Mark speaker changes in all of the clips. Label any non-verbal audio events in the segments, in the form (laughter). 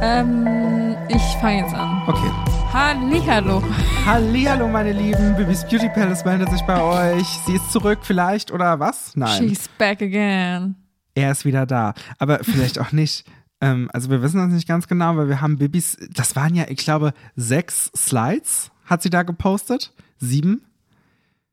Speaker 1: Ähm, ich fange jetzt an.
Speaker 2: Okay.
Speaker 1: Hallihallo.
Speaker 2: Hallihallo, meine Lieben. Bibis Beauty Palace meldet sich bei euch. Sie ist zurück vielleicht oder was? Nein.
Speaker 1: She's back again.
Speaker 2: er ist wieder da. Aber vielleicht auch nicht. Ähm, also wir wissen das nicht ganz genau, weil wir haben Bibis, das waren ja, ich glaube, sechs Slides hat sie da gepostet. Sieben?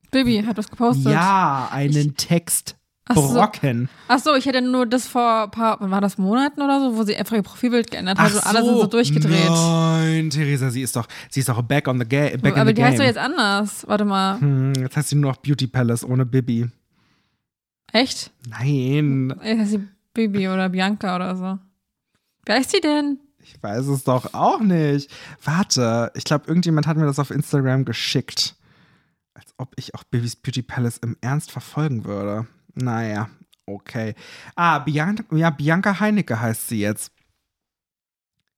Speaker 1: Bibi hat was gepostet.
Speaker 2: Ja, einen Text.
Speaker 1: Ach so.
Speaker 2: Brocken.
Speaker 1: Ach so, ich hätte nur das vor ein paar, wann war das Monaten oder so, wo sie einfach ihr Profilbild geändert hat und Also alle sind so durchgedreht.
Speaker 2: Nein, Theresa, sie ist doch, sie ist doch back on the, ga back in
Speaker 1: Aber die
Speaker 2: the game.
Speaker 1: heißt doch jetzt anders. Warte mal.
Speaker 2: Hm, jetzt heißt sie nur noch Beauty Palace ohne Bibi.
Speaker 1: Echt?
Speaker 2: Nein,
Speaker 1: Jetzt heißt sie Bibi oder Bianca oder so. Wer ist sie denn?
Speaker 2: ich weiß es doch auch nicht. Warte, ich glaube, irgendjemand hat mir das auf Instagram geschickt. Als ob ich auch Bibis Beauty Palace im Ernst verfolgen würde. Naja, okay. Ah, Bian ja, Bianca Heinecke heißt sie jetzt.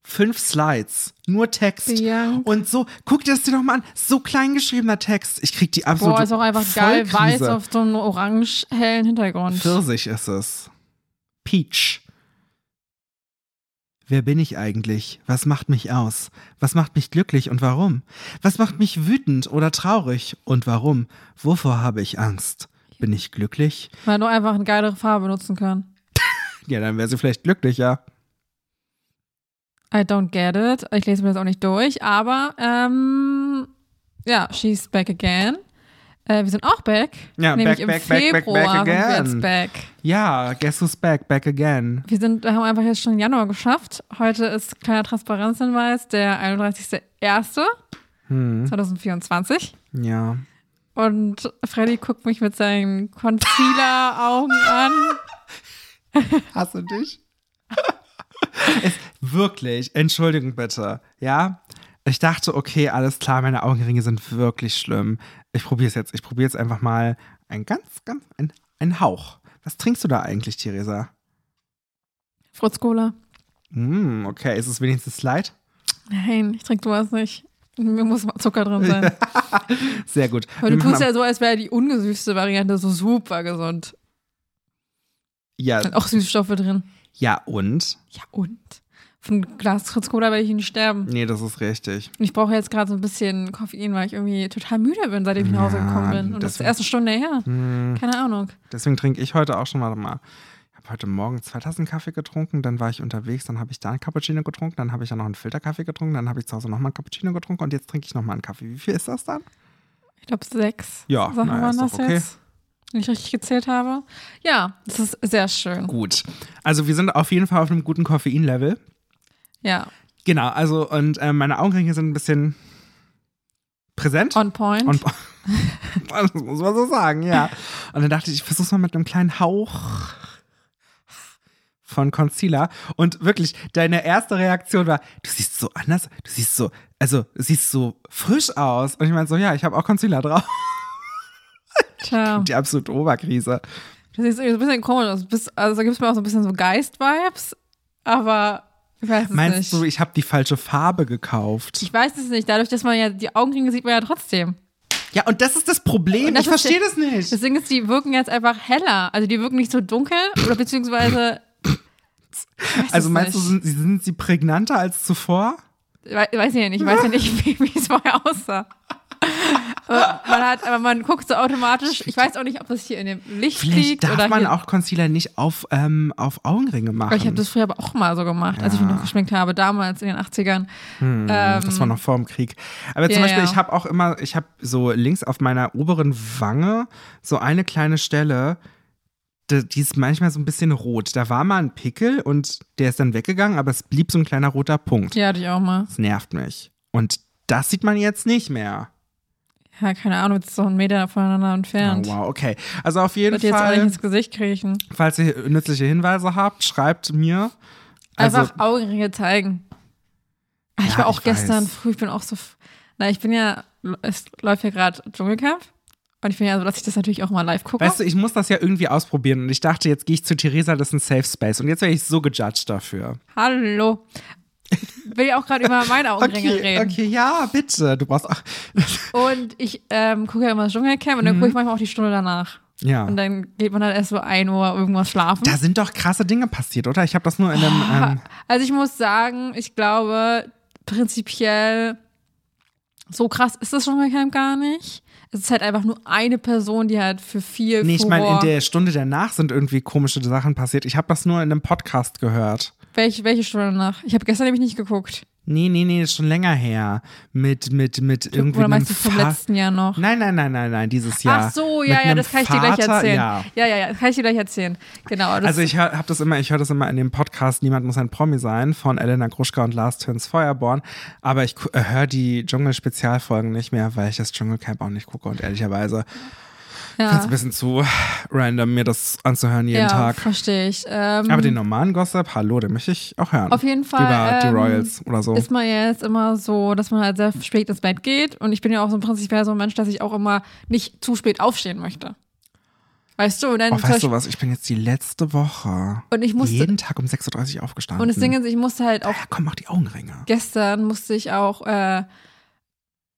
Speaker 2: Fünf Slides, nur Text.
Speaker 1: Bianca.
Speaker 2: Und so, guck dir das dir doch mal an. So klein geschriebener Text. Ich krieg die absolute
Speaker 1: Boah, ist auch einfach geil, weiß
Speaker 2: Vollkrise.
Speaker 1: auf so einem orange hellen Hintergrund.
Speaker 2: Pfirsich ist es. Peach. Wer bin ich eigentlich? Was macht mich aus? Was macht mich glücklich und warum? Was macht mich wütend oder traurig und warum? Wovor habe ich Angst? Bin ich glücklich?
Speaker 1: Man hat nur einfach eine geilere Farbe benutzen können.
Speaker 2: Ja, dann wäre sie vielleicht glücklicher.
Speaker 1: I don't get it. Ich lese mir das auch nicht durch, aber ähm, ja, she's back again. Äh, wir sind auch back.
Speaker 2: Ja,
Speaker 1: Nämlich
Speaker 2: back,
Speaker 1: im
Speaker 2: back, back, back,
Speaker 1: Februar
Speaker 2: back again.
Speaker 1: sind wir jetzt back.
Speaker 2: Ja, guess who's back, back again.
Speaker 1: Wir sind, haben einfach jetzt schon Januar geschafft. Heute ist kleiner Transparenzhinweis, der 31.01.2024.
Speaker 2: Hm, ja.
Speaker 1: Und Freddy guckt mich mit seinen Concealer-Augen an.
Speaker 2: Hasse dich. (laughs) es, wirklich, Entschuldigung bitte. Ja? Ich dachte, okay, alles klar, meine Augenringe sind wirklich schlimm. Ich probiere es jetzt. Ich probiere jetzt einfach mal ein ganz, ganz, ein, ein Hauch. Was trinkst du da eigentlich, Theresa?
Speaker 1: Fritz Cola.
Speaker 2: Hm, okay, ist es wenigstens light?
Speaker 1: Nein, ich trinke sowas nicht. Mir muss mal Zucker drin sein.
Speaker 2: Sehr gut.
Speaker 1: Aber
Speaker 2: Wir
Speaker 1: du
Speaker 2: machen
Speaker 1: tust
Speaker 2: am-
Speaker 1: ja so, als wäre die ungesüßte Variante so super gesund. Da
Speaker 2: ja,
Speaker 1: sind auch Süßstoffe drin.
Speaker 2: Äh. ja, und? Hm.
Speaker 1: Ja, und? Von einem Glas Fritz Cola werde ich nicht sterben.
Speaker 2: Nee, das ist richtig.
Speaker 1: Und ich brauche jetzt gerade so ein bisschen Koffein, weil ich irgendwie total müde bin, seitdem ich nach Hause
Speaker 2: Ja,
Speaker 1: gekommen bin. Und das ist
Speaker 2: deswegen-
Speaker 1: erst eine Stunde her.
Speaker 2: Hm.
Speaker 1: Keine Ahnung.
Speaker 2: Deswegen trinke ich heute auch schon mal. mal. Ich habe heute Morgen zwei Tassen Kaffee getrunken, dann war ich unterwegs, dann habe ich da einen Cappuccino getrunken, dann habe ich ja noch einen Filterkaffee getrunken, dann habe ich zu Hause nochmal einen Cappuccino getrunken und jetzt trinke ich nochmal einen Kaffee. Wie viel ist das dann?
Speaker 1: Ich glaube, sechs
Speaker 2: Ja,
Speaker 1: Sachen
Speaker 2: naja,
Speaker 1: waren
Speaker 2: ist
Speaker 1: das
Speaker 2: doch okay.
Speaker 1: jetzt. Wenn ich richtig gezählt habe. Ja, das ist sehr schön.
Speaker 2: Gut. Also wir sind auf jeden Fall auf einem guten Koffeinlevel.
Speaker 1: Ja,
Speaker 2: Genau, also und äh, meine Augenringe sind ein bisschen präsent.
Speaker 1: on point.
Speaker 2: Und das muss man so sagen, ja. Und dann dachte ich, ich versuch's mal mit einem kleinen Hauch von Concealer. Und wirklich, deine erste Reaktion war, du siehst so anders, du siehst so, also du siehst so frisch aus. Und ich meine so, ja, ich habe auch Concealer drauf.
Speaker 1: Tja,
Speaker 2: Die absolute Oberkrise.
Speaker 1: das ist irgendwie so ein bisschen komisch. aus. Bis- Also da gibt es mir auch so ein bisschen so Geist-Vibes. Aber ich weiß es
Speaker 2: Meinst
Speaker 1: nicht.
Speaker 2: du, ich habe die falsche Farbe gekauft?
Speaker 1: ich weiß es nicht. Dadurch, dass man ja die Augenringe sieht, man ja trotzdem.
Speaker 2: Ja, und das ist das
Speaker 1: Und
Speaker 2: Problem.
Speaker 1: das
Speaker 2: ich
Speaker 1: ist
Speaker 2: verstehe
Speaker 1: der-
Speaker 2: das nicht.
Speaker 1: Deswegen ist die wirken jetzt einfach heller. Also die wirken nicht so dunkel oder beziehungsweise. Ich weiß
Speaker 2: Also
Speaker 1: es
Speaker 2: meinst du,
Speaker 1: nicht.
Speaker 2: sind, sind sie prägnanter als zuvor?
Speaker 1: Wei- weiß ich ja nicht, ich weiß ja nicht, (laughs) wie, wie es vorher aussah. Aber man hat, aber man guckt so automatisch, ich weiß auch nicht, ob das hier in dem Licht
Speaker 2: Vielleicht
Speaker 1: liegt oder
Speaker 2: darf man
Speaker 1: hier.
Speaker 2: auch Concealer nicht auf, ähm, auf Augenringe machen.
Speaker 1: Aber ich habe das früher aber auch mal so gemacht, als ich mich noch geschminkt habe, damals in den 80ern.
Speaker 2: Hm, Das war noch vor dem Krieg. Aber zum
Speaker 1: Ähm, Ja,
Speaker 2: Beispiel,
Speaker 1: ja.
Speaker 2: ich habe auch immer, ich habe so links auf meiner oberen Wange so eine kleine Stelle, die, die ist manchmal so ein bisschen rot. Da war mal ein Pickel und der ist dann weggegangen, aber es blieb so ein kleiner roter Punkt.
Speaker 1: Ja, hatte ich auch mal.
Speaker 2: Das nervt mich. Und das sieht man jetzt nicht mehr.
Speaker 1: Ja, keine Ahnung, jetzt ist so ein Meter voneinander
Speaker 2: Oh,
Speaker 1: entfernt.
Speaker 2: wow, okay. Also auf jeden
Speaker 1: Wird jetzt auch nicht
Speaker 2: Fall,
Speaker 1: ins Gesicht kriechen.
Speaker 2: falls ihr nützliche Hinweise habt, schreibt mir. Also,
Speaker 1: Einfach Augenringe zeigen. Ah, Ich
Speaker 2: Ja,
Speaker 1: war auch
Speaker 2: ich weiß.
Speaker 1: gestern früh, ich bin auch so. f- Na, ich bin ja, es läuft ja gerade Dschungelcamp. Und ich bin ja so, dass ich das natürlich auch mal live gucke.
Speaker 2: weißt du, ich muss das ja irgendwie ausprobieren. Und ich dachte, jetzt gehe ich zu Theresa, das ist ein Safe Space. Und jetzt werde ich so gejudged dafür.
Speaker 1: Hallo. Ich will ja auch gerade
Speaker 2: (laughs)
Speaker 1: über meine Augenringe
Speaker 2: okay,
Speaker 1: reden.
Speaker 2: Okay, ja, bitte. Du brauchst auch.
Speaker 1: Und ich ähm, gucke ja immer das Dschungelcamp und dann gucke ich manchmal auch die Stunde danach.
Speaker 2: Mhm. Ja.
Speaker 1: Und dann geht man halt erst so ein Uhr irgendwas schlafen.
Speaker 2: Da sind doch krasse Dinge passiert, oder? Ich habe das nur in einem. Ähm,
Speaker 1: Also ich muss sagen, ich glaube, prinzipiell so krass ist das Dschungelcamp gar nicht. Es ist halt einfach nur eine Person, die halt für viel
Speaker 2: nee, ich meine, in
Speaker 1: Furore-
Speaker 2: der Stunde danach sind irgendwie komische Sachen passiert. Ich habe das nur in einem Podcast gehört.
Speaker 1: welche, welche Stunde nach? Ich habe gestern nämlich nicht geguckt.
Speaker 2: Nee, nee, nee, ist schon länger her. Mit, mit, mit
Speaker 1: Oder
Speaker 2: irgendwie. einem
Speaker 1: meinst du vom
Speaker 2: Fa-
Speaker 1: letzten Jahr noch?
Speaker 2: Nein, nein, nein, nein, nein, dieses Jahr.
Speaker 1: Ach so,
Speaker 2: Mit
Speaker 1: ja, ja,
Speaker 2: einem
Speaker 1: das kann ich dir gleich
Speaker 2: Vater-
Speaker 1: erzählen.
Speaker 2: Ja.
Speaker 1: ja, ja, das kann ich dir gleich erzählen. Genau. Das
Speaker 2: Also ich habe das immer, ich höre das immer in dem Podcast Niemand muss ein Promi sein von Elena Gruschka und Lars Töns Feuerborn, aber ich höre die Dschungel-Spezialfolgen nicht mehr, weil ich das Dschungelcamp auch nicht gucke und ehrlicherweise ja. ist
Speaker 1: ja,
Speaker 2: ein bisschen zu random, mir das anzuhören jeden
Speaker 1: ja
Speaker 2: Tag.
Speaker 1: verstehe ich. Ähm,
Speaker 2: Aber den normalen Gossip, hallo, den möchte ich auch hören.
Speaker 1: Auf jeden Fall,
Speaker 2: Über die
Speaker 1: ähm,
Speaker 2: Royals oder so.
Speaker 1: ist man ja jetzt immer so, dass man halt sehr spät ins Bett geht. Und ich bin ja auch so ein prinzipiell so ein Mensch, dass ich auch immer nicht zu spät aufstehen möchte. Weißt du? Und, dann
Speaker 2: Oh,
Speaker 1: zum
Speaker 2: weißt du
Speaker 1: Beispiel-
Speaker 2: was, ich bin jetzt die letzte Woche
Speaker 1: und ich musste,
Speaker 2: jeden Tag um 6.30 Uhr aufgestanden.
Speaker 1: und das Ding ist, ich musste halt auch,
Speaker 2: ja, komm, mach die Augenringe.
Speaker 1: gestern musste ich auch, äh,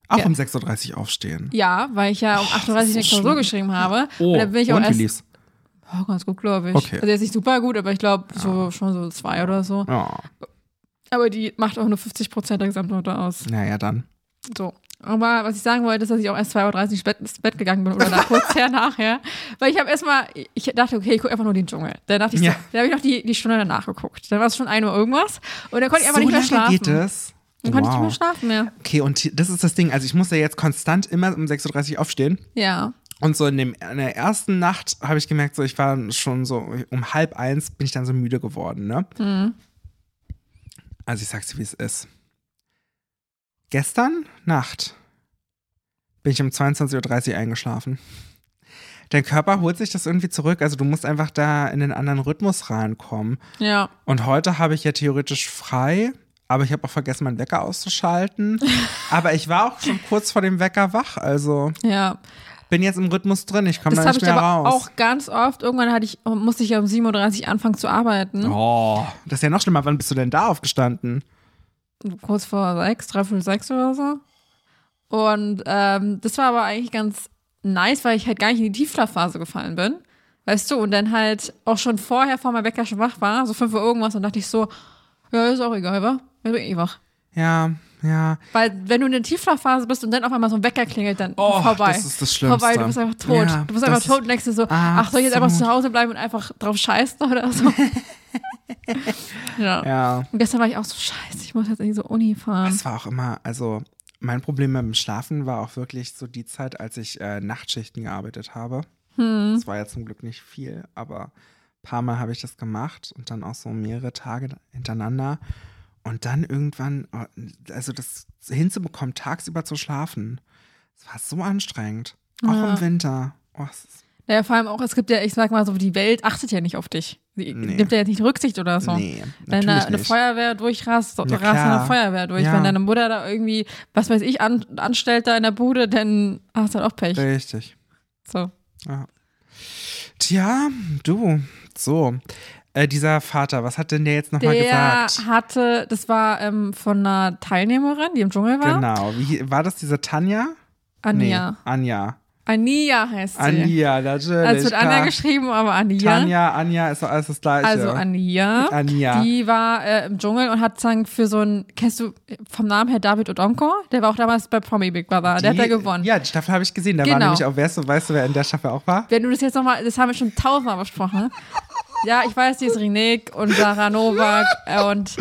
Speaker 2: Auch
Speaker 1: Ja.
Speaker 2: um 6.30 Uhr aufstehen.
Speaker 1: ja, weil ich ja um
Speaker 2: Oh, das
Speaker 1: 38
Speaker 2: ist
Speaker 1: eine
Speaker 2: so
Speaker 1: Klausur
Speaker 2: schlimm.
Speaker 1: geschrieben habe.
Speaker 2: Oh,
Speaker 1: und dann bin ich auch
Speaker 2: und wie
Speaker 1: erst,
Speaker 2: lief's?
Speaker 1: oh, ganz gut, glaube ich.
Speaker 2: Okay.
Speaker 1: Also jetzt nicht super gut, aber ich glaube so, schon so zwei oder so.
Speaker 2: Ja,
Speaker 1: Aber die macht auch nur 50 Prozent der Gesamtnote aus.
Speaker 2: naja, dann.
Speaker 1: So. Aber was ich sagen wollte, ist, dass ich auch erst 2.30 Uhr ins Bett, ins Bett gegangen bin oder nach, kurz
Speaker 2: (laughs)
Speaker 1: her nachher. Weil ich habe erstmal, ich dachte, okay, ich gucke einfach nur den Dschungel. Dann dachte ich,
Speaker 2: Ja.
Speaker 1: so, dann habe ich noch die, die Stunde danach geguckt. Dann war es schon 1 Uhr irgendwas und dann konnte ich einfach
Speaker 2: so
Speaker 1: nicht mehr
Speaker 2: lange
Speaker 1: schlafen.
Speaker 2: geht es?
Speaker 1: Dann konnte ich nicht mehr
Speaker 2: wow.
Speaker 1: schlafen mehr.
Speaker 2: Okay, und die- das ist das Ding. Also ich muss ja jetzt konstant immer um 6.30 Uhr aufstehen.
Speaker 1: Ja.
Speaker 2: Und so in, dem, in der ersten Nacht habe ich gemerkt, so ich war schon so um halb eins bin ich dann so müde geworden, ne?
Speaker 1: Hm.
Speaker 2: Also ich sag's dir, wie es ist. Gestern Nacht bin ich um 22.30 Uhr eingeschlafen. Dein Körper holt sich das irgendwie zurück. Also du musst einfach da in den anderen Rhythmus reinkommen.
Speaker 1: Ja.
Speaker 2: Und heute habe ich ja theoretisch frei, aber ich habe auch vergessen, meinen
Speaker 1: (laughs)
Speaker 2: Wecker auszuschalten. aber ich war auch schon kurz vor dem Wecker wach, also
Speaker 1: Ja.
Speaker 2: bin jetzt im Rhythmus drin, ich komme
Speaker 1: Das
Speaker 2: da
Speaker 1: habe
Speaker 2: nicht
Speaker 1: ich
Speaker 2: mehr
Speaker 1: aber
Speaker 2: raus.
Speaker 1: auch ganz oft. Irgendwann hatte ich, musste ich ja um 7.30 Uhr anfangen zu arbeiten.
Speaker 2: oh, das ist ja noch schlimmer. Wann bist du denn da aufgestanden?
Speaker 1: kurz vor sechs, dreiviertel sechs oder so. Und ähm, das war aber eigentlich ganz nice, weil ich halt gar nicht in die Tiefschlafphase gefallen bin. Weißt du, und dann halt auch schon vorher vor meinem Wecker schon wach war, so fünf Uhr irgendwas, und dachte ich so, ja, ist auch egal, wa? Ich bin eh wach.
Speaker 2: Ja, ja.
Speaker 1: Weil wenn du in der Tiefschlafphase bist und dann auf einmal so ein Wecker klingelt, dann
Speaker 2: Oh,
Speaker 1: vorbei.
Speaker 2: das ist das Schlimmste.
Speaker 1: Vorbei, du bist einfach tot.
Speaker 2: Ja,
Speaker 1: du bist
Speaker 2: das
Speaker 1: einfach
Speaker 2: ist
Speaker 1: tot und denkst dir so, ach, soll ich jetzt einfach zu
Speaker 2: absolut.
Speaker 1: Hause bleiben und einfach drauf scheißen oder
Speaker 2: (laughs)
Speaker 1: so? ja.
Speaker 2: Ja.
Speaker 1: Und gestern war ich auch so, scheiße, ich muss jetzt in diese Uni fahren.
Speaker 2: Das war auch immer, also mein Problem mit dem Schlafen war auch wirklich so die Zeit, als ich äh, Nachtschichten gearbeitet habe.
Speaker 1: Hm.
Speaker 2: Das war ja zum Glück nicht viel, aber ein paar Mal habe ich das gemacht und dann auch so mehrere Tage hintereinander. Und dann irgendwann, oh, also das hinzubekommen, tagsüber zu schlafen, das war so anstrengend. Auch
Speaker 1: Ja.
Speaker 2: im Winter. Oh, es ist,
Speaker 1: Naja, vor allem auch, es gibt ja, ich sag mal so, die Welt achtet ja nicht auf dich. Sie
Speaker 2: Nee.
Speaker 1: nimmt ja jetzt nicht Rücksicht oder so.
Speaker 2: nee,
Speaker 1: Wenn
Speaker 2: natürlich
Speaker 1: da eine
Speaker 2: nicht.
Speaker 1: Feuerwehr durchrast, rast
Speaker 2: klar.
Speaker 1: eine Feuerwehr durch.
Speaker 2: Ja.
Speaker 1: Wenn deine Mutter da irgendwie, was weiß ich, an, anstellt da in der Bude, dann hast du halt auch Pech.
Speaker 2: Richtig.
Speaker 1: So.
Speaker 2: Tja, du, so. Äh, dieser Vater, was hat denn der jetzt nochmal
Speaker 1: Der
Speaker 2: gesagt?
Speaker 1: hatte, das war ähm, von einer Teilnehmerin, die im Dschungel war.
Speaker 2: Genau. Wie, war das diese Tanja?
Speaker 1: Anja.
Speaker 2: Nee, Anja.
Speaker 1: Ania heißt sie.
Speaker 2: Anja, natürlich.
Speaker 1: Also es wird Anna
Speaker 2: klar.
Speaker 1: geschrieben, aber Ania.
Speaker 2: Tanja, Anja ist doch alles das Gleiche.
Speaker 1: Also Ania.
Speaker 2: Anja.
Speaker 1: Die war äh, im Dschungel und hat sagen für so ein, kennst du vom Namen her David Odonko? Der war auch damals bei Promi Big Brother. der hat
Speaker 2: Die-
Speaker 1: ja gewonnen.
Speaker 2: Ja, die Staffel habe ich gesehen. Da war
Speaker 1: Genau.
Speaker 2: nämlich auch, weißt du, weißt du, wer in der Staffel auch war?
Speaker 1: Wenn du das jetzt nochmal, das haben wir schon tausendmal besprochen. ja, ich weiß, die ist Rinek und Sarah Novak äh, und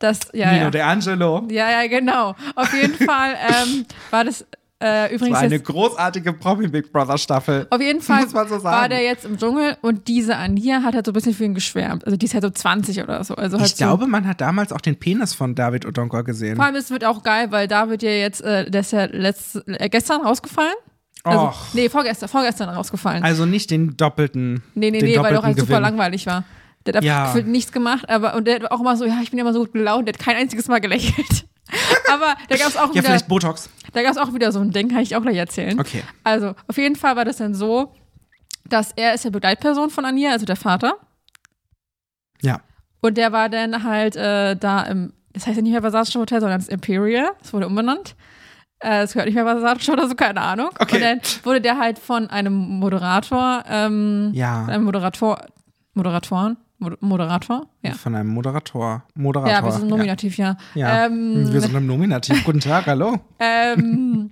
Speaker 1: das, ja,
Speaker 2: Nino
Speaker 1: ja.
Speaker 2: De Angelo.
Speaker 1: Ja, ja, genau. Auf jeden Fall ähm, war das äh,
Speaker 2: Das
Speaker 1: übrigens
Speaker 2: war eine
Speaker 1: jetzt,
Speaker 2: großartige Promi Big Brother Staffel.
Speaker 1: auf jeden Fall
Speaker 2: Muss man so sagen.
Speaker 1: war der jetzt im Dschungel und diese Ania hat halt so ein bisschen für ihn geschwärmt. Also die ist halt so 20 oder so. Also halt
Speaker 2: Ich
Speaker 1: so,
Speaker 2: glaube, man hat damals auch den Penis von David Odonkor gesehen.
Speaker 1: Vor allem, es wird auch geil, weil da wird ja jetzt, äh, der ist ja letzt, äh, gestern rausgefallen. Also,
Speaker 2: Och.
Speaker 1: nee, vorgestern, vorgestern rausgefallen.
Speaker 2: Also nicht den doppelten.
Speaker 1: nee, nee,
Speaker 2: den
Speaker 1: nee, weil
Speaker 2: doppelten
Speaker 1: doch halt super
Speaker 2: Gewinn.
Speaker 1: langweilig war. Der hat
Speaker 2: Ja.
Speaker 1: gefühlt nichts gemacht, aber und der hat auch immer so, ja, ich bin ja immer so gut gelaunt, der hat kein einziges Mal gelächelt. (laughs) aber da gab es auch
Speaker 2: (laughs)
Speaker 1: wieder,
Speaker 2: Ja, vielleicht Botox.
Speaker 1: da gab's auch wieder so ein Ding, kann ich auch gleich erzählen.
Speaker 2: Okay.
Speaker 1: Also, auf jeden Fall war das dann so, dass er ist ja Begleitperson von Anja, also der Vater.
Speaker 2: Ja.
Speaker 1: Und der war dann halt äh, da im, das heißt ja nicht mehr Versace Hotel, sondern das Imperial, das wurde umbenannt. Äh, Es gehört nicht mehr Wassersalzshow oder so, keine Ahnung.
Speaker 2: Okay.
Speaker 1: Und dann wurde der halt von einem Moderator, ähm, von
Speaker 2: Ja,
Speaker 1: einem Moderator, Moderatoren, Mod Moderator, ja.
Speaker 2: von einem Moderator.
Speaker 1: Ja,
Speaker 2: Moderator.
Speaker 1: wir sind Nominativ, ja.
Speaker 2: Ja. (laughs)
Speaker 1: Ähm,
Speaker 2: wir sind im Nominativ. Guten Tag, hallo.
Speaker 1: ähm,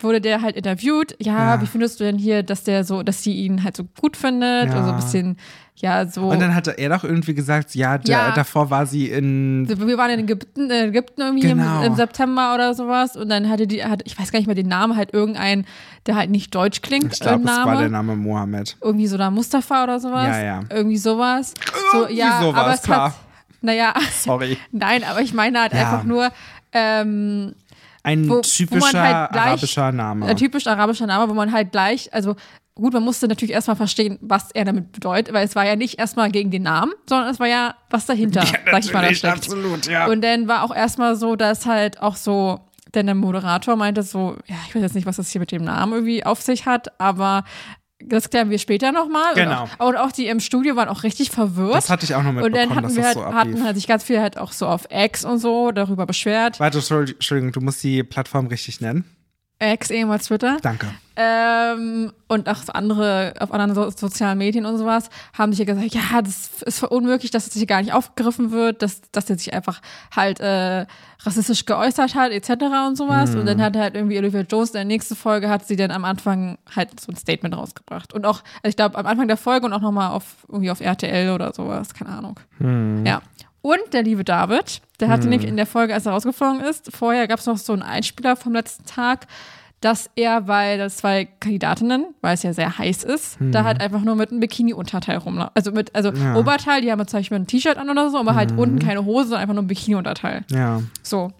Speaker 1: wurde der halt interviewt. Ja,
Speaker 2: Ja.
Speaker 1: wie findest du denn hier, dass der so, dass sie ihn halt so gut findet?
Speaker 2: Ja.
Speaker 1: Also ein bisschen, ja, so.
Speaker 2: Und dann hatte er doch irgendwie gesagt, ja, da,
Speaker 1: Oh. Ja.
Speaker 2: davor war sie in.
Speaker 1: wir waren in Ägypten, äh, Ägypten irgendwie
Speaker 2: Genau.
Speaker 1: im, im September oder sowas und dann hatte die, hat, ich weiß gar nicht mehr den Namen, halt irgendein, der halt nicht deutsch klingt,
Speaker 2: Ich glaube,
Speaker 1: äh,
Speaker 2: es
Speaker 1: Name.
Speaker 2: war der Name Mohammed.
Speaker 1: irgendwie so da Mustafa oder sowas.
Speaker 2: Ja, ja.
Speaker 1: Irgendwie sowas. So,
Speaker 2: Irgendwie
Speaker 1: ja,
Speaker 2: sowas,
Speaker 1: aber es
Speaker 2: klar.
Speaker 1: Hat, naja, (laughs)
Speaker 2: Sorry.
Speaker 1: nein, aber ich meine halt
Speaker 2: Ja.
Speaker 1: einfach nur, ähm,
Speaker 2: Ein
Speaker 1: Wo- wo man
Speaker 2: typischer
Speaker 1: halt gleich-
Speaker 2: arabischer Name.
Speaker 1: ein typisch arabischer Name, wo man halt gleich, also gut, man musste natürlich erstmal verstehen, was er damit bedeutet, weil es war ja nicht erstmal gegen den Namen, sondern es war ja was
Speaker 2: (laughs)
Speaker 1: dahinter, sag ich mal, da
Speaker 2: Natürlich,
Speaker 1: steckt.
Speaker 2: absolut, ja.
Speaker 1: Und dann war auch erstmal so, dass halt auch so, denn der Moderator meinte so, ja, ich weiß jetzt nicht, was das hier mit dem Namen irgendwie auf sich hat, aber das klären wir später nochmal.
Speaker 2: Genau.
Speaker 1: Und auch, und auch die im Studio waren auch richtig verwirrt.
Speaker 2: das hatte ich auch noch
Speaker 1: und dann
Speaker 2: mitbekommen,
Speaker 1: hatten
Speaker 2: dass
Speaker 1: wir
Speaker 2: das
Speaker 1: halt,
Speaker 2: so ablief.
Speaker 1: hatten halt sich ganz viel halt auch so auf Ex und so darüber beschwert.
Speaker 2: Warte, Entschuldi- Entschuldigung, du musst die Plattform richtig nennen.
Speaker 1: Ex, ehemals E, Twitter.
Speaker 2: Danke.
Speaker 1: Ähm, und auch so andere, auf anderen so sozialen Medien und sowas, haben sich ja gesagt, ja, das ist unmöglich, dass das hier gar nicht aufgegriffen wird, dass, dass er sich einfach halt äh, rassistisch geäußert hat, etc. und sowas. Und dann hat halt irgendwie Olivia Jones in der nächsten Folge, hat sie dann am Anfang halt so ein Statement rausgebracht. Und auch, also ich glaube, am Anfang der Folge und auch nochmal auf, irgendwie auf RTL oder sowas, keine Ahnung. Ja. Und der liebe David, der hatte nämlich in der Folge, als er rausgeflogen ist, vorher gab es noch so einen Einspieler vom letzten Tag, dass er, weil das zwei Kandidatinnen, weil es ja sehr heiß ist, da halt einfach nur mit einem Bikini-Unterteil rumlaufen. Also mit, also
Speaker 2: Ja.
Speaker 1: Oberteil, die haben jetzt zum Beispiel ein T-Shirt an oder so, aber halt unten keine Hose, sondern einfach nur ein Bikini-Unterteil.
Speaker 2: Ja.
Speaker 1: So.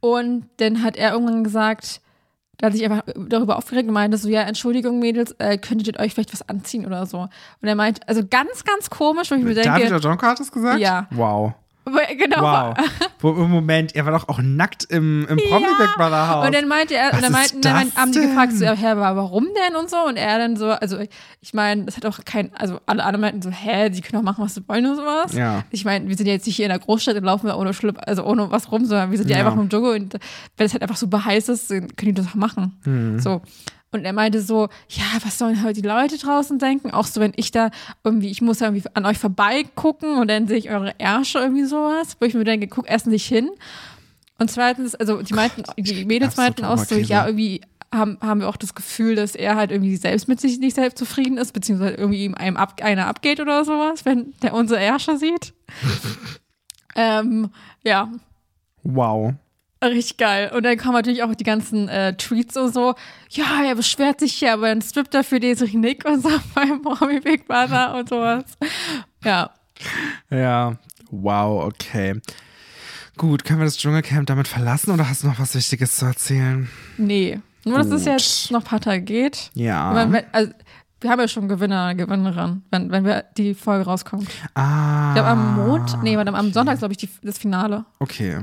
Speaker 1: Und dann hat er irgendwann gesagt, da hat sich einfach darüber aufgeregt und meinte so, ja, Entschuldigung, Mädels, äh, könntet ihr euch vielleicht was anziehen oder so. Und er meint, also ganz, ganz komisch, wo ich mir denke,
Speaker 2: David O'Donko hat es gesagt?
Speaker 1: Ja.
Speaker 2: Wow.
Speaker 1: genau,
Speaker 2: Wow. Wo, Im Moment, er war doch auch nackt im, im Promi Big Brother Haus.
Speaker 1: Und dann meinte er,
Speaker 2: Was
Speaker 1: und dann
Speaker 2: ist
Speaker 1: meinten, dann
Speaker 2: das
Speaker 1: meinten- haben die
Speaker 2: denn?
Speaker 1: gefragt, so, ja, hä, aber warum denn und so? Und er dann so, also ich meine, das hat auch kein, also alle anderen meinten so, hä, die können doch machen, was sie wollen und sowas.
Speaker 2: Ja.
Speaker 1: Ich meine, wir sind ja jetzt nicht hier in der Großstadt und laufen da ohne Schlüpp, also ohne was rum, sondern wir sind ja,
Speaker 2: Ja.
Speaker 1: einfach nur im Jogo und wenn es halt einfach super heiß ist, dann können die das auch machen.
Speaker 2: Mhm.
Speaker 1: So. Und er meinte so, ja, was sollen heute die Leute draußen denken? Auch so, wenn ich da irgendwie, ich muss ja irgendwie an euch vorbeigucken und dann sehe ich eure Ärsche irgendwie sowas, wo ich mir denke, guck erst nicht hin. Und zweitens, also die meinten, die Mädels
Speaker 2: absolute
Speaker 1: meinten auch so,
Speaker 2: Traumakrise.
Speaker 1: ja, irgendwie haben, haben wir auch das Gefühl, dass er halt irgendwie selbst mit sich nicht selbst zufrieden ist, beziehungsweise irgendwie ihm einem ab, einer abgeht oder sowas, wenn der unsere Ärsche
Speaker 2: (laughs)
Speaker 1: sieht. ähm, ja,
Speaker 2: wow.
Speaker 1: richtig geil. Und dann kamen natürlich auch die ganzen äh, Tweets und so, ja, er beschwert sich hier, aber dann strippt er für Desiree Nick und so (laughs) beim Mommy Big Brother und sowas. Ja,
Speaker 2: Ja. Wow, okay. Gut, können wir das Dschungelcamp damit verlassen oder hast du noch was Wichtiges zu erzählen?
Speaker 1: nee. Nur, dass es
Speaker 2: Gut.
Speaker 1: jetzt noch ein paar Tage geht.
Speaker 2: Ja.
Speaker 1: Wenn, wenn, also, wir haben ja schon Gewinner, Gewinnerin, wenn, wenn wir die Folge rauskommt. Ich
Speaker 2: ah.
Speaker 1: glaube, am Montag, nee, warte, am Sonntag, glaube ich, die, das Finale.
Speaker 2: Okay.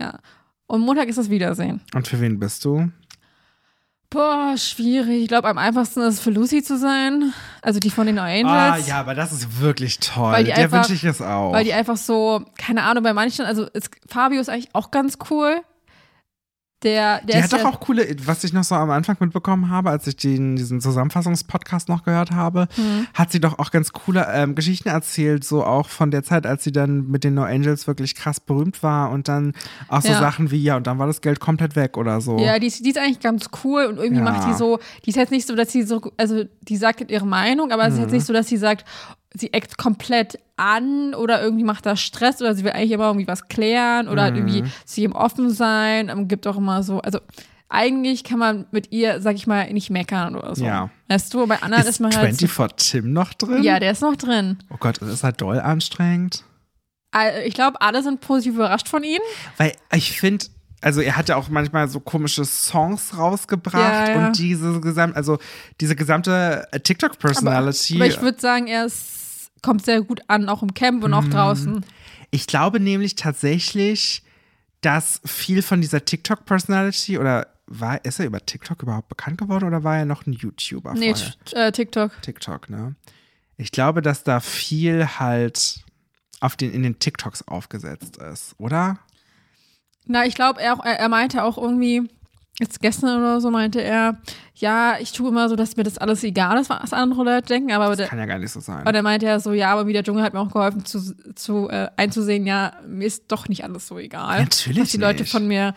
Speaker 1: Ja. Und Montag ist das Wiedersehen.
Speaker 2: Und für wen bist du?
Speaker 1: Boah, schwierig. Ich glaube, am einfachsten ist es für Lucy zu sein. Also die von den No
Speaker 2: Ah,
Speaker 1: Angels.
Speaker 2: ja, aber das ist wirklich toll.
Speaker 1: Weil die
Speaker 2: Der
Speaker 1: einfach-
Speaker 2: wünsche ich es auch.
Speaker 1: Weil die einfach so, keine Ahnung, bei manchen, also es, Fabio ist eigentlich auch ganz cool. Der, der
Speaker 2: Die
Speaker 1: ist
Speaker 2: hat doch
Speaker 1: ja,
Speaker 2: auch coole, was ich noch so am Anfang mitbekommen habe, als ich den, diesen Zusammenfassungspodcast noch gehört habe,
Speaker 1: Hm.
Speaker 2: hat sie doch auch ganz coole ähm, Geschichten erzählt, so auch von der Zeit, als sie dann mit den No Angels wirklich krass berühmt war und dann auch so
Speaker 1: Ja.
Speaker 2: Sachen wie, ja, und dann war das Geld komplett weg oder so.
Speaker 1: Ja, die ist, die ist eigentlich ganz cool und irgendwie
Speaker 2: Ja.
Speaker 1: macht die so, die ist jetzt nicht so, dass sie so, also die sagt halt ihre Meinung, aber es ist jetzt
Speaker 2: Mhm.
Speaker 1: nicht so, dass sie sagt, sie eckt komplett an oder irgendwie macht da Stress oder sie will eigentlich immer irgendwie was klären oder halt
Speaker 2: Mhm.
Speaker 1: irgendwie zu jedem offen sein, ähm, gibt auch immer so, also eigentlich kann man mit ihr, sag ich mal, nicht meckern oder so.
Speaker 2: Ja.
Speaker 1: Weißt du, bei anderen ist,
Speaker 2: ist
Speaker 1: man halt.
Speaker 2: 24
Speaker 1: So,
Speaker 2: Tim noch drin?
Speaker 1: ja, der ist noch drin.
Speaker 2: oh Gott, das ist halt doll anstrengend.
Speaker 1: Äh, Ich glaube, alle sind positiv überrascht von ihm.
Speaker 2: Weil ich finde, also er hat ja auch manchmal so komische Songs rausgebracht
Speaker 1: Ja, ja.
Speaker 2: und diese gesamte, also diese gesamte äh, TikTok-Personality.
Speaker 1: Aber ich würde sagen, er ist, kommt sehr gut an, auch im Camp und
Speaker 2: Mhm.
Speaker 1: auch draußen.
Speaker 2: Ich glaube nämlich tatsächlich, dass viel von dieser TikTok-Personality oder war, ist er über TikTok überhaupt bekannt geworden oder war er noch ein YouTuber
Speaker 1: Nee,
Speaker 2: vorher?
Speaker 1: t- äh, TikTok.
Speaker 2: TikTok, ne? Ich glaube, dass da viel halt auf den, in den TikToks aufgesetzt ist, oder?
Speaker 1: Na, ich glaube, er, auch- er, er meinte auch irgendwie, jetzt gestern oder so meinte er, ja, ich tue immer so, dass mir das alles egal ist, was andere Leute denken, aber
Speaker 2: Das
Speaker 1: der,
Speaker 2: kann ja gar nicht so sein.
Speaker 1: aber der meinte ja so, ja, aber wie der Dschungel hat mir auch geholfen zu, zu äh, einzusehen, ja, mir ist doch nicht alles so egal.
Speaker 2: Natürlich
Speaker 1: Was die Leute
Speaker 2: nicht.
Speaker 1: von mir,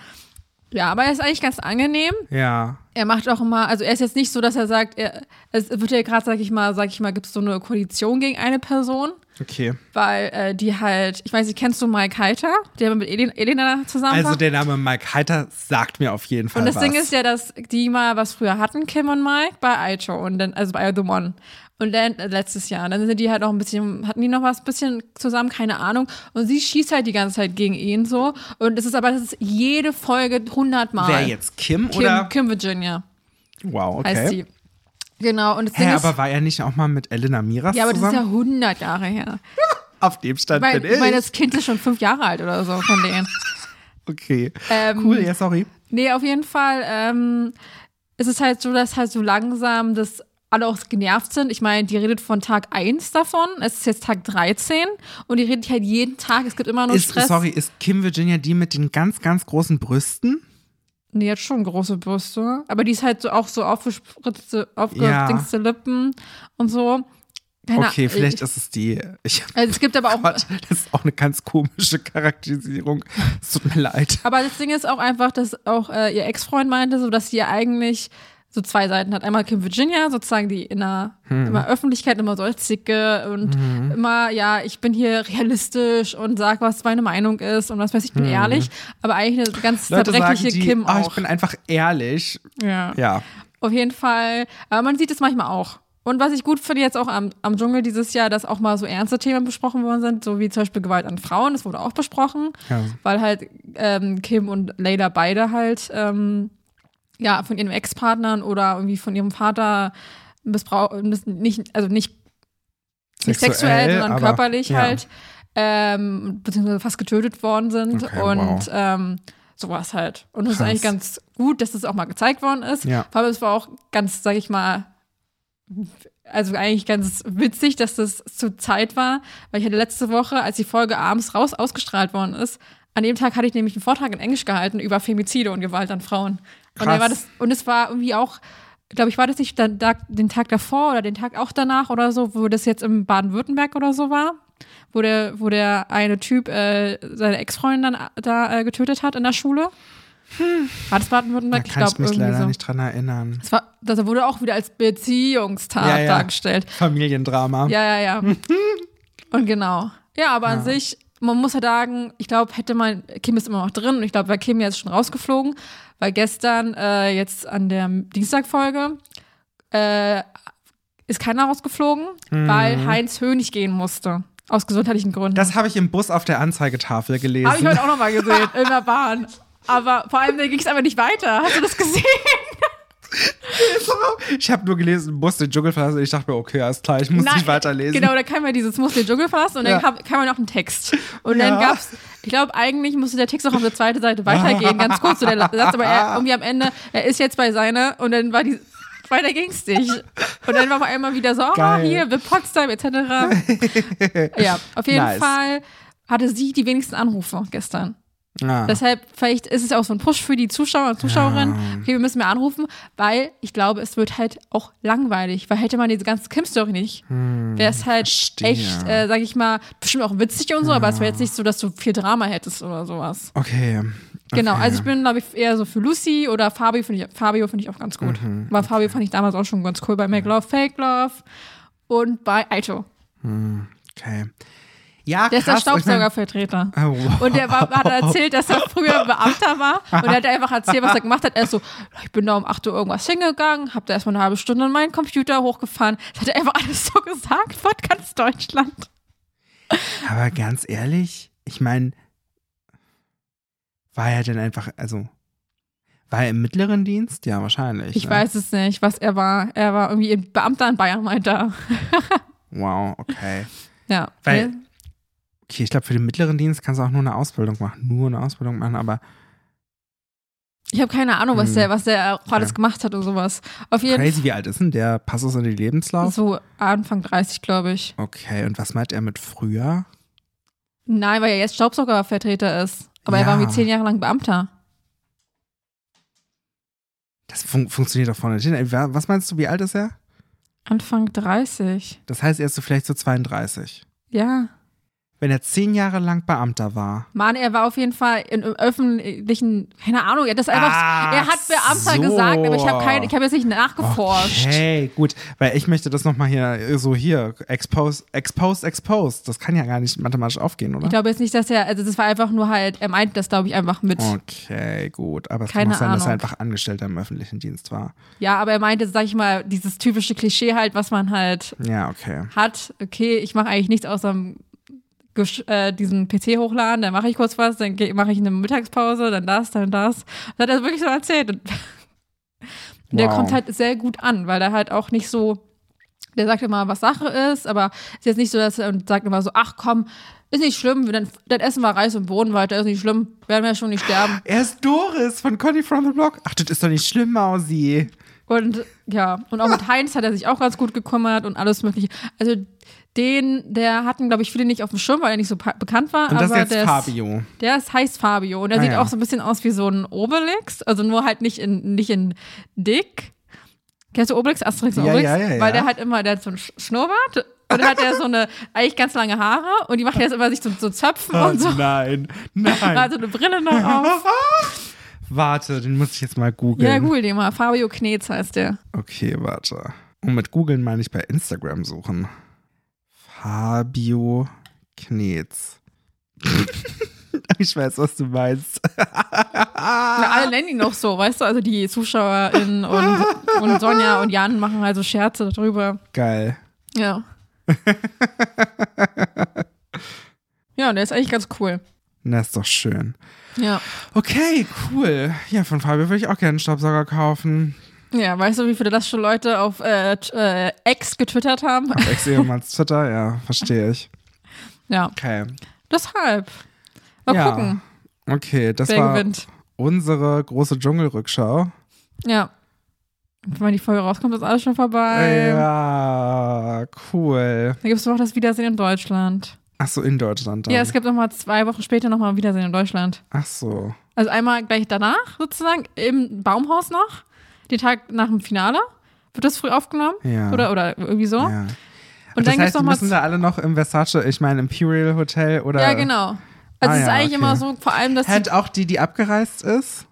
Speaker 1: ja, aber er ist eigentlich ganz angenehm.
Speaker 2: Ja.
Speaker 1: Er macht auch immer, also er ist jetzt nicht so, dass er sagt, er, es wird ja gerade, sag ich mal, sag ich mal, gibt es so eine Koalition gegen eine Person,
Speaker 2: Okay.
Speaker 1: weil äh, die halt, ich weiß nicht, kennst du Mike Heiter, der mit Elena, Elena zusammen
Speaker 2: Also
Speaker 1: war?
Speaker 2: der Name Mike Heiter sagt mir auf jeden Fall
Speaker 1: Und das
Speaker 2: was.
Speaker 1: Ding ist ja, dass die mal was früher hatten, Kim und Mike, bei iShow und dann, also bei The One. Und dann äh, letztes Jahr. Und dann sind die halt auch ein bisschen, hatten die noch was bisschen zusammen, keine Ahnung. Und sie schießt halt die ganze Zeit gegen ihn so. Und es ist aber, das ist jede Folge hundertmal.
Speaker 2: Wer jetzt? Kim,
Speaker 1: Kim,
Speaker 2: oder?
Speaker 1: Kim Virginia
Speaker 2: Wow, okay.
Speaker 1: heißt die. Genau. Und das Ding
Speaker 2: Hä,
Speaker 1: ist,
Speaker 2: aber war er nicht auch mal mit Elena Miras
Speaker 1: ja, aber das ist
Speaker 2: zusammen?
Speaker 1: ja 100 Jahre her.
Speaker 2: Auf dem Stand
Speaker 1: Weil,
Speaker 2: bin ich.
Speaker 1: weil das Kind ist schon fünf Jahre alt oder so von denen.
Speaker 2: okay.
Speaker 1: Ähm,
Speaker 2: cool, ja, sorry.
Speaker 1: Nee, auf jeden Fall ähm, ist es halt so, dass halt so langsam das alle auch genervt sind. Ich meine, die redet von Tag 1 davon, es ist jetzt Tag 13 und die redet halt jeden Tag, es gibt immer nur
Speaker 2: Ist,
Speaker 1: Stress.
Speaker 2: sorry, ist Kim Virginia die mit den ganz, ganz großen Brüsten?
Speaker 1: Nee, hat schon große Brüste, aber die ist halt so auch so aufgespritzte, aufgedingste Lippen und so. Keine
Speaker 2: okay,
Speaker 1: Ah-
Speaker 2: vielleicht
Speaker 1: Ich,
Speaker 2: ist es die. Ich, (laughs)
Speaker 1: also es gibt aber auch
Speaker 2: Gott, das ist auch eine ganz komische Charakterisierung. Es tut mir leid.
Speaker 1: Aber das Ding ist auch einfach, dass auch äh, ihr Ex-Freund meinte, so dass sie ja eigentlich so zwei Seiten hat. Einmal Kim Virginia, sozusagen die in der
Speaker 2: Hm.
Speaker 1: immer Öffentlichkeit immer so als Zicke und immer, ja, ich bin hier realistisch und sag, was meine Meinung ist und was weiß ich, ich bin ehrlich. Aber eigentlich eine ganz
Speaker 2: Hm. Leute sagen
Speaker 1: zerbrechliche
Speaker 2: die,
Speaker 1: Kim
Speaker 2: "Ah, ich
Speaker 1: auch.
Speaker 2: bin einfach ehrlich.
Speaker 1: ja.
Speaker 2: Ja.
Speaker 1: Auf jeden Fall. Aber man sieht es manchmal auch. Und was ich gut finde jetzt auch am, am Dschungel dieses Jahr, dass auch mal so ernste Themen besprochen worden sind, so wie zum Beispiel Gewalt an Frauen, das wurde auch besprochen,
Speaker 2: Ja.
Speaker 1: weil halt ähm, Kim und Layla beide halt ähm, ja von ihren Ex-Partnern oder irgendwie von ihrem Vater missbraucht, nicht, also nicht, nicht sexuell, sondern
Speaker 2: aber-
Speaker 1: körperlich
Speaker 2: ja.
Speaker 1: halt, ähm, beziehungsweise fast getötet worden sind
Speaker 2: Okay,
Speaker 1: und
Speaker 2: wow.
Speaker 1: ähm, sowas halt. Und es ist
Speaker 2: Krass.
Speaker 1: eigentlich ganz gut, dass das auch mal gezeigt worden ist.
Speaker 2: Ja.
Speaker 1: Vor allem, es war auch ganz, sag ich mal, also eigentlich ganz witzig, dass das zur Zeit war, weil ich hatte letzte Woche, als die Folge abends raus ausgestrahlt worden ist, an dem Tag hatte ich nämlich einen Vortrag in Englisch gehalten über Femizide und Gewalt an Frauen. Und, dann
Speaker 2: Krass.
Speaker 1: war das, und es war irgendwie auch, glaube ich, war das nicht dann, da, den Tag davor oder den Tag auch danach oder so, wo das jetzt im Baden-Württemberg oder so war, wo der, wo der eine Typ äh, seine Ex-Freundin dann da äh, getötet hat in der Schule. War das
Speaker 2: Hm. Da
Speaker 1: Baden-Württemberg?
Speaker 2: kann
Speaker 1: Ich
Speaker 2: ich,
Speaker 1: glaube
Speaker 2: mich
Speaker 1: irgendwie
Speaker 2: leider
Speaker 1: so.
Speaker 2: nicht dran erinnern.
Speaker 1: Das, war, das wurde auch wieder als Beziehungstat
Speaker 2: Ja, ja.
Speaker 1: dargestellt.
Speaker 2: Familiendrama.
Speaker 1: Ja, ja, ja. und genau. Ja, aber an sich, man muss ja sagen, ich glaube, hätte man, Kim ist immer noch drin und ich glaube, weil Kim jetzt schon rausgeflogen, weil gestern, äh, jetzt an der Dienstagfolge, äh, ist keiner rausgeflogen, weil Heinz Hönig gehen musste. Aus gesundheitlichen Gründen.
Speaker 2: Das habe ich im Bus auf der Anzeigetafel gelesen.
Speaker 1: Habe ich heute auch nochmal gesehen, in der Bahn. Aber vor allem, da ging es aber nicht weiter. Hast du das gesehen?
Speaker 2: (laughs) Ich habe nur gelesen, Bus den Dschungel verlassen. Ich dachte mir, okay, alles klar, ich muss
Speaker 1: Nein,
Speaker 2: nicht weiterlesen.
Speaker 1: Genau, da kam ja dieses Muss den Dschungel verlassen und
Speaker 2: Ja.
Speaker 1: dann kam, kam ja noch ein Text. Und dann
Speaker 2: Ja.
Speaker 1: gab's, ich glaube, eigentlich musste der Text auch auf der zweiten Seite weitergehen,
Speaker 2: (laughs)
Speaker 1: ganz kurz so der La- Satz, aber er irgendwie am Ende, er ist jetzt bei seiner und dann war die, weiter ging's nicht. Und dann war auf einmal wieder so, ah,
Speaker 2: Geil.
Speaker 1: hier, wir Potsdam, etc.
Speaker 2: (laughs)
Speaker 1: ja, auf jeden
Speaker 2: Nice.
Speaker 1: Fall hatte sie die wenigsten Anrufe gestern.
Speaker 2: Ah.
Speaker 1: Deshalb, vielleicht ist es auch so ein Push für die Zuschauer und Zuschauerinnen. Okay, wir müssen mehr anrufen, weil ich glaube, es wird halt auch langweilig, weil hätte man diese ganze Kim-Story nicht, wäre es halt
Speaker 2: Hm, verstehe.
Speaker 1: echt, äh, sag ich mal, bestimmt auch witzig und so, aber es wäre jetzt nicht so, dass du viel Drama hättest oder sowas.
Speaker 2: okay.
Speaker 1: Genau,
Speaker 2: okay.
Speaker 1: also ich bin, glaube ich, eher so für Lucy oder Fabio finde ich, Fabio finde ich auch ganz gut.
Speaker 2: Mhm,
Speaker 1: Weil Fabio fand ich damals auch schon ganz cool bei Make Love, Fake Love und bei Aito.
Speaker 2: Okay. Ja,
Speaker 1: Der ist
Speaker 2: krass,
Speaker 1: der
Speaker 2: ich mein-
Speaker 1: Staubsaugervertreter.
Speaker 2: Oh, wow.
Speaker 1: Und der war, hat erzählt, dass er früher Beamter war. Und er hat einfach erzählt, was er gemacht hat. Er ist so, ich bin da um 8 Uhr irgendwas hingegangen, hab da erstmal eine halbe Stunde an meinen Computer hochgefahren. Das hat er einfach alles so gesagt von ganz Deutschland.
Speaker 2: (laughs) Aber ganz ehrlich, ich meine, war er denn einfach, also, war er im mittleren Dienst? Ja, wahrscheinlich.
Speaker 1: Ich
Speaker 2: ne?
Speaker 1: weiß es nicht, was er war. Er war irgendwie ein Beamter in Bayern, meinte er.
Speaker 2: Wow, okay.
Speaker 1: Ja.
Speaker 2: Weil- Okay, ich glaube, für den mittleren Dienst kannst du auch nur eine Ausbildung machen. Nur eine Ausbildung machen, aber
Speaker 1: Ich habe keine Ahnung, was
Speaker 2: Hm.
Speaker 1: der, was der auch alles
Speaker 2: Okay.
Speaker 1: gemacht hat und sowas. Auf jeden
Speaker 2: crazy, wie alt ist denn der? Passt das in den
Speaker 1: Fall
Speaker 2: Lebenslauf?
Speaker 1: so Anfang 30, glaube ich.
Speaker 2: Okay, und was meint er mit früher?
Speaker 1: Nein, weil er jetzt Staubsaugervertreter ist. Aber er
Speaker 2: Ja.
Speaker 1: war irgendwie zehn Jahre lang Beamter.
Speaker 2: Das fun funktioniert doch vorne nicht hin. Ey, wa- Was meinst du, wie alt ist er?
Speaker 1: Anfang 30.
Speaker 2: Das heißt, er ist so vielleicht so 32.
Speaker 1: Ja.
Speaker 2: Wenn er zehn Jahre lang Beamter war.
Speaker 1: Mann, er war auf jeden Fall in, im öffentlichen, keine Ahnung, er hat das einfach,
Speaker 2: Ach
Speaker 1: er hat Beamter
Speaker 2: so.
Speaker 1: gesagt, aber ich habe kein, ich habe jetzt nicht nachgeforscht.
Speaker 2: Okay, gut. Weil ich möchte das nochmal hier, so hier, exposed, exposed, exposed. Das kann ja gar nicht mathematisch aufgehen,
Speaker 1: Ich
Speaker 2: oder?
Speaker 1: glaube jetzt nicht, dass er, also das war einfach nur halt, er meint das glaube ich einfach mit.
Speaker 2: Okay, gut. Aber es
Speaker 1: Keine
Speaker 2: kann auch sein, dass er
Speaker 1: Ahnung.
Speaker 2: einfach Angestellter im öffentlichen Dienst war.
Speaker 1: Ja, aber er meinte, sag ich mal, dieses typische Klischee halt, was man halt
Speaker 2: Ja, okay.
Speaker 1: hat, okay, ich mache eigentlich nichts außer gesch- äh, diesen PC hochladen, dann mache ich kurz was, dann mache ich eine Mittagspause, dann das, dann das. Das hat er wirklich so erzählt. Und (laughs) der
Speaker 2: Wow.
Speaker 1: kommt halt sehr gut an, weil er halt auch nicht so, der sagt immer, was Sache ist, aber ist jetzt nicht so, dass er und sagt immer so, ach komm, ist nicht schlimm, dann, dann essen wir Reis und Boden weiter, ist nicht schlimm, werden wir schon nicht sterben.
Speaker 2: Er ist Doris von Conny from the Block. Ach, das ist doch nicht schlimm, Mausi.
Speaker 1: Und ja, und auch
Speaker 2: (laughs)
Speaker 1: mit Heinz hat er sich auch ganz gut gekümmert und alles mögliche. Also den, der hatten, glaube ich, viele nicht auf dem Schirm, weil er nicht so pa- bekannt war.
Speaker 2: Und das
Speaker 1: aber
Speaker 2: ist
Speaker 1: der
Speaker 2: jetzt Fabio.
Speaker 1: Ist, der ist, heißt Fabio und er
Speaker 2: Ah,
Speaker 1: sieht
Speaker 2: ja.
Speaker 1: auch so ein bisschen aus wie so ein Obelix, also nur halt nicht in, nicht in dick. Kennst du Obelix, Asterix und
Speaker 2: Ja,
Speaker 1: Obelix?
Speaker 2: ja, ja, ja.
Speaker 1: Weil der halt immer, der hat so einen Sch- Schnurrbart und dann hat er so
Speaker 2: (laughs)
Speaker 1: eine, eigentlich ganz lange Haare und die macht er jetzt immer sich so, so Zöpfen und so.
Speaker 2: Oh nein,
Speaker 1: Hat
Speaker 2: nein.
Speaker 1: so eine Brille noch
Speaker 2: (laughs)
Speaker 1: auf.
Speaker 2: Warte, den muss ich jetzt mal googeln.
Speaker 1: Ja, google den mal. Fabio Knez heißt der.
Speaker 2: Okay, warte. Und mit googeln meine ich bei Instagram suchen. Fabio Knetz. (laughs) ich weiß, was du meinst.
Speaker 1: Ja, alle nennen ihn noch so, weißt du? Also die ZuschauerInnen und, und Sonja und Jan machen also Scherze darüber.
Speaker 2: Geil. (laughs)
Speaker 1: Ja. ja, und der ist eigentlich ganz cool.
Speaker 2: Na, ist doch schön.
Speaker 1: Ja.
Speaker 2: Okay, cool. Ja, von Fabio würde ich auch gerne einen Staubsauger kaufen.
Speaker 1: Ja, weißt du, wie viele das schon Leute auf äh, t- äh, Ex getwittert haben?
Speaker 2: Auf Ex-Ehemanns Twitter, ja, verstehe ich.
Speaker 1: Ja,
Speaker 2: Okay.
Speaker 1: deshalb. Mal
Speaker 2: ja.
Speaker 1: gucken,
Speaker 2: Okay, das
Speaker 1: wer
Speaker 2: war
Speaker 1: gewinnt.
Speaker 2: unsere große Dschungelrückschau.
Speaker 1: Ja. Und Wenn die Folge rauskommt, ist alles schon vorbei.
Speaker 2: Ja, cool.
Speaker 1: Dann gibt es noch das Wiedersehen in Deutschland.
Speaker 2: Ach so, in Deutschland dann.
Speaker 1: Ja, es gibt nochmal zwei Wochen später nochmal ein Wiedersehen in Deutschland.
Speaker 2: Ach so.
Speaker 1: Also einmal gleich danach sozusagen im Baumhaus noch, den Tag nach dem Finale wird das früh aufgenommen
Speaker 2: Ja.
Speaker 1: oder oder irgendwie so.
Speaker 2: Ja. Also
Speaker 1: Und
Speaker 2: das
Speaker 1: dann gibt's
Speaker 2: heißt,
Speaker 1: noch
Speaker 2: die
Speaker 1: mal
Speaker 2: müssen da alle noch im Versace, ich meine Imperial Hotel oder
Speaker 1: ja genau. Also
Speaker 2: Ah,
Speaker 1: es ist
Speaker 2: ja,
Speaker 1: eigentlich
Speaker 2: okay.
Speaker 1: immer so, vor allem dass die,
Speaker 2: Hat auch die, die abgereist ist?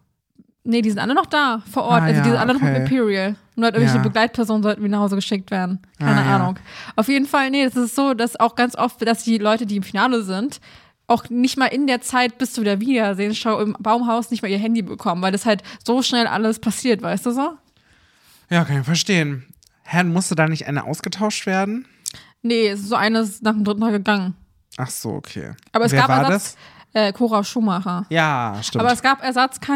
Speaker 1: nee, die sind alle noch da vor Ort,
Speaker 2: Ah,
Speaker 1: also die
Speaker 2: ja,
Speaker 1: sind alle noch
Speaker 2: okay.
Speaker 1: mit Imperial. Nur halt irgendwelche
Speaker 2: Ja.
Speaker 1: Begleitpersonen sollten wieder nach Hause geschickt werden. Keine
Speaker 2: Ah, ja.
Speaker 1: Ahnung. Auf jeden Fall, nee, es ist so, dass auch ganz oft, dass die Leute, die im Finale sind, auch nicht mal in der Zeit bis zu der Wiedersehensschau im Baumhaus nicht mal ihr Handy bekommen, weil das halt so schnell alles passiert, weißt du so?
Speaker 2: Ja, kann ich verstehen. Herrn, musste da nicht eine ausgetauscht werden?
Speaker 1: Nee, es ist so eines nach dem dritten Tag gegangen.
Speaker 2: Ach so, okay.
Speaker 1: Aber es
Speaker 2: Wer
Speaker 1: gab
Speaker 2: war
Speaker 1: Ersatz,
Speaker 2: das?
Speaker 1: Äh, Cora Schumacher.
Speaker 2: Ja, stimmt.
Speaker 1: Aber es gab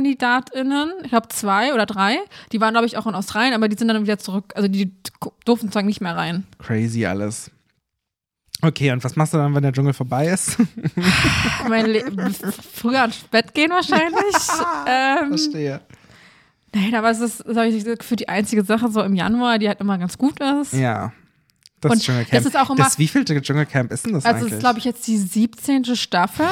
Speaker 1: ErsatzkandidatInnen, ich glaube zwei oder drei, die waren, glaube ich, auch in Australien, aber die sind dann wieder zurück, also die durften sozusagen nicht mehr rein.
Speaker 2: Crazy alles. Okay, und was machst du dann, wenn der Dschungel
Speaker 1: (laughs)
Speaker 2: vorbei ist?
Speaker 1: Mein Le (laughs) früher ins Bett gehen
Speaker 2: (laughs)
Speaker 1: wahrscheinlich. ähm,
Speaker 2: Verstehe.
Speaker 1: nein, aber es ist, glaube ich, für die einzige Sache so im Januar, die halt immer ganz gut ist.
Speaker 2: Ja. Das
Speaker 1: Und
Speaker 2: Dschungelcamp.
Speaker 1: das ist auch immer-
Speaker 2: Das wievielte Dschungelcamp ist denn das
Speaker 1: Also es
Speaker 2: eigentlich?
Speaker 1: ist, glaube ich, jetzt die 17.
Speaker 2: (laughs)
Speaker 1: Staffel.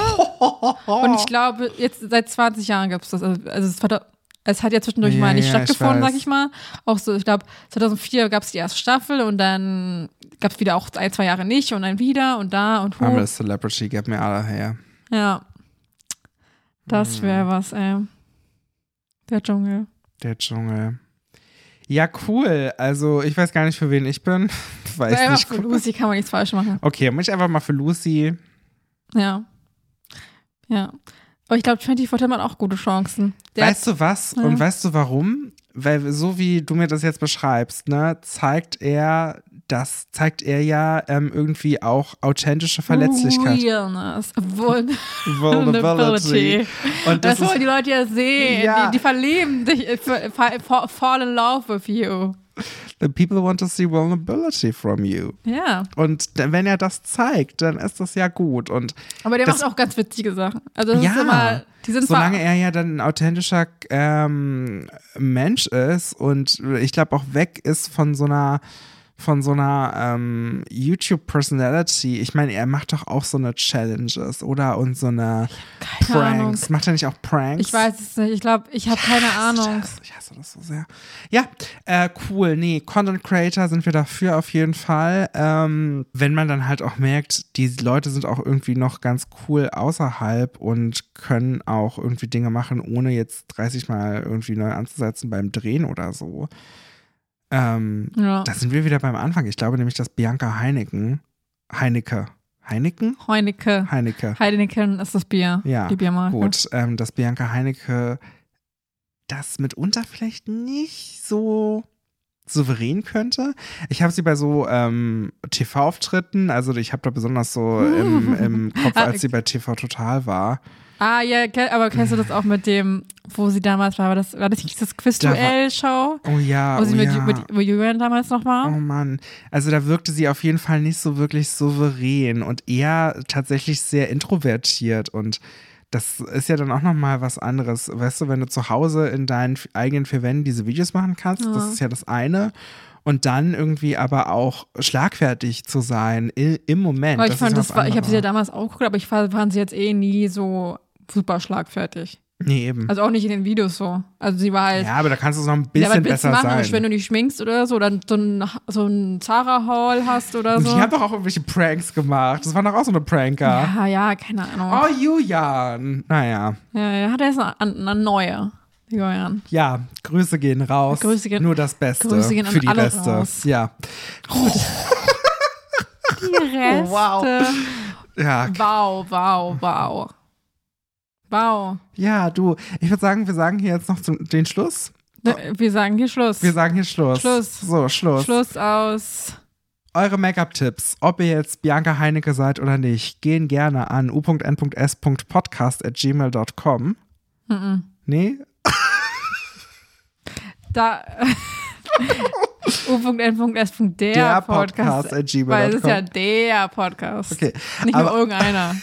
Speaker 1: Und ich glaube, jetzt seit 20 Jahren gibt es das. Also also es, war, es hat ja zwischendurch
Speaker 2: Ja,
Speaker 1: mal nicht
Speaker 2: ja,
Speaker 1: stattgefunden,
Speaker 2: ich weiß.
Speaker 1: sag ich mal. Auch so, ich glaube, 2004 gab es die erste Staffel und dann gab es wieder auch ein, zwei Jahre nicht und dann wieder und da und
Speaker 2: I'm
Speaker 1: hoch.
Speaker 2: a celebrity, gib mir alle her.
Speaker 1: Ja.
Speaker 2: Hm.
Speaker 1: Das wäre was, ey. Der Dschungel.
Speaker 2: Der Dschungel. Ja, cool. Also, ich weiß gar nicht, für wen ich bin. (laughs)
Speaker 1: Weil
Speaker 2: weiß nicht.
Speaker 1: einfach für Äh, Lucy kann man nichts falsch machen.
Speaker 2: Okay, mich einfach mal für Lucy.
Speaker 1: Ja. Ja. Aber ich glaube, 24 hat man auch gute Chancen. Der
Speaker 2: weißt du was?
Speaker 1: Ja.
Speaker 2: Und weißt du warum? Weil so wie du mir das jetzt beschreibst, ne, zeigt er, das zeigt er ja ähm, irgendwie auch authentische Verletzlichkeit.
Speaker 1: Realness. Vul- (laughs)
Speaker 2: Vulnerability. Und
Speaker 1: Das,
Speaker 2: das,
Speaker 1: wollen
Speaker 2: ist,
Speaker 1: die Leute ja sehen.
Speaker 2: Ja.
Speaker 1: Die, die verlieben sich, äh, fa- fa- fa- fall in love with you.
Speaker 2: the people want to see vulnerability from you.
Speaker 1: Ja,
Speaker 2: Und d- wenn er das zeigt, dann ist das ja gut. Und
Speaker 1: aber der
Speaker 2: Das-
Speaker 1: macht auch ganz witzige Sachen. Also das ist
Speaker 2: Ja.
Speaker 1: immer, die sind zwar,
Speaker 2: Solange er ja dann ein authentischer äh, ähm, Mensch ist und ich glaube auch weg ist von so einer von so einer ähm, YouTube-Personality. Ich meine, er macht doch auch so eine Challenges, oder? Und so eine
Speaker 1: Keine Ahnung.
Speaker 2: Pranks. Macht er nicht auch Pranks?
Speaker 1: Ich weiß es nicht. Ich glaube, ich habe keine Ahnung.
Speaker 2: Ich hasse, ich hasse das so sehr. Ja, äh, cool. Nee, Content Creator sind wir dafür auf jeden Fall. Ähm, wenn man dann halt auch merkt, die Leute sind auch irgendwie noch ganz cool außerhalb und können auch irgendwie Dinge machen, ohne jetzt 30 Mal irgendwie neu anzusetzen beim Drehen oder so. Ähm,
Speaker 1: Ja.
Speaker 2: da sind wir wieder beim Anfang. Ich glaube nämlich, dass Bianca Heineken, Heinecke, Heineken?
Speaker 1: Heinecke.
Speaker 2: Heinecke.
Speaker 1: Heineken ist das Bier.
Speaker 2: Ja,
Speaker 1: Die Biermarke.
Speaker 2: Gut, ähm, dass Bianca Heinecke das mitunter vielleicht nicht so souverän könnte. Ich habe sie bei so ähm, TV-Auftritten, also ich habe da besonders
Speaker 1: (laughs)
Speaker 2: so im, im Kopf, als sie bei TV Total war.
Speaker 1: Ah, ja, ke- aber kennst du das auch mit dem, wo sie damals war? War das, war das nicht das Quizduell-Show?
Speaker 2: Oh ja,
Speaker 1: Wo sie
Speaker 2: oh
Speaker 1: mit,
Speaker 2: ja.
Speaker 1: mit, mit Julian damals noch
Speaker 2: Oh
Speaker 1: war?
Speaker 2: Mann, also da wirkte sie auf jeden Fall nicht so wirklich souverän und eher tatsächlich sehr introvertiert und das ist ja dann auch nochmal was anderes. Weißt du, wenn du zu Hause in deinen f- eigenen vier Wänden diese Videos machen kannst, das
Speaker 1: Ja.
Speaker 2: ist ja das eine. Und dann irgendwie aber auch schlagfertig zu sein i- im Moment.
Speaker 1: Weil ich
Speaker 2: das
Speaker 1: fand,
Speaker 2: ist
Speaker 1: das
Speaker 2: was
Speaker 1: war, ich habe sie ja
Speaker 2: anderes.
Speaker 1: damals auch geguckt, aber ich fa- fand sie jetzt eh nie so super schlagfertig.
Speaker 2: Nee, eben.
Speaker 1: Also auch nicht in den Videos so. Also sie war halt.
Speaker 2: ja, aber da kannst du es noch ein
Speaker 1: Ja,
Speaker 2: bisschen
Speaker 1: aber willst du
Speaker 2: besser
Speaker 1: machen,
Speaker 2: sein.
Speaker 1: wenn du dich schminkst oder so, oder so ein, so ein Zara-Hall hast oder so.
Speaker 2: Die haben doch auch irgendwelche Pranks gemacht. Das waren doch auch so eine Pranker.
Speaker 1: ja, ja, keine Ahnung.
Speaker 2: Oh, Julian. Naja.
Speaker 1: Ja, er hat jetzt eine, eine neue, Julian.
Speaker 2: Ja, Grüße gehen raus.
Speaker 1: Grüße gehen-
Speaker 2: Nur das Beste.
Speaker 1: Grüße gehen an
Speaker 2: für die
Speaker 1: alle
Speaker 2: Reste.
Speaker 1: raus.
Speaker 2: Ja.
Speaker 1: Die Reste.
Speaker 2: Wow. ja.
Speaker 1: Oh, wow, wow, wow. Wow.
Speaker 2: Ja, du. Ich würde sagen, wir sagen hier jetzt noch zum, den Schluss.
Speaker 1: Ne, Wir sagen hier Schluss.
Speaker 2: Wir sagen hier Schluss.
Speaker 1: Schluss.
Speaker 2: So, Schluss.
Speaker 1: Schluss aus.
Speaker 2: Eure Make-up-Tipps, ob ihr jetzt Bianca Heinecke seid oder nicht, gehen gerne an u.n.s.podcast.gmail.com. Nee?
Speaker 1: Da. (laughs) U.N.S.der
Speaker 2: Der
Speaker 1: der Podcast.
Speaker 2: Podcast at gmail.com.
Speaker 1: Weil es ist ja der Podcast.
Speaker 2: Okay.
Speaker 1: Nicht
Speaker 2: aber,
Speaker 1: nur
Speaker 2: (laughs)
Speaker 1: irgendeiner.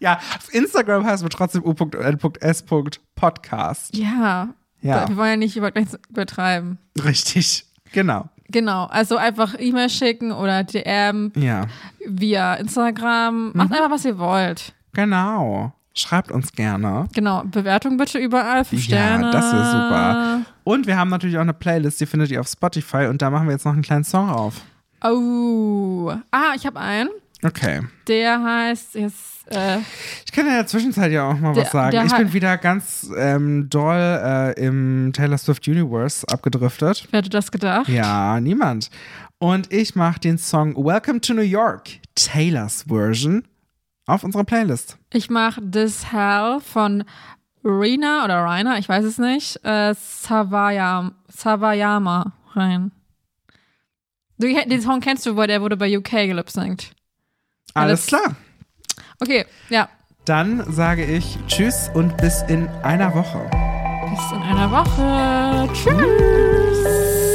Speaker 2: ja, auf Instagram heißt wir trotzdem u.n.s.podcast.
Speaker 1: Ja.
Speaker 2: Ja.
Speaker 1: Wir wollen ja nicht über, gleich übertreiben.
Speaker 2: Richtig. Genau.
Speaker 1: Genau. Also einfach E-Mail schicken oder DM
Speaker 2: Ja.
Speaker 1: via
Speaker 2: Mhm.
Speaker 1: Instagram. Macht einfach, was ihr wollt.
Speaker 2: Genau. Schreibt uns gerne.
Speaker 1: Genau, Bewertung bitte überall, fünf Sterne.
Speaker 2: Ja, das wäre super. Und wir haben natürlich auch eine Playlist, die findet ihr auf Spotify und da machen wir jetzt noch einen kleinen Song auf.
Speaker 1: Oh. Ah, ich habe einen.
Speaker 2: Okay.
Speaker 1: Der heißt jetzt. Äh,
Speaker 2: Ich kann ja in der Zwischenzeit ja auch mal
Speaker 1: Der-
Speaker 2: was sagen.
Speaker 1: der
Speaker 2: Ich
Speaker 1: hat-
Speaker 2: bin wieder ganz ähm, doll äh, im Taylor Swift Universe abgedriftet.
Speaker 1: wer hätte das gedacht?
Speaker 2: Ja, niemand. Und ich mache den Song Welcome to New York, Taylors Version, auf unserer Playlist.
Speaker 1: Ich mache This Hell von Rina oder Rainer, ich weiß es nicht. Äh, Savayam, Savayama rein. Du, den Song kennst du, weil der wurde bei UK gelipsingt. Alles-
Speaker 2: Alles klar.
Speaker 1: Okay, ja.
Speaker 2: Dann sage ich Tschüss und bis in einer Woche.
Speaker 1: Bis in einer Woche. Tschüss.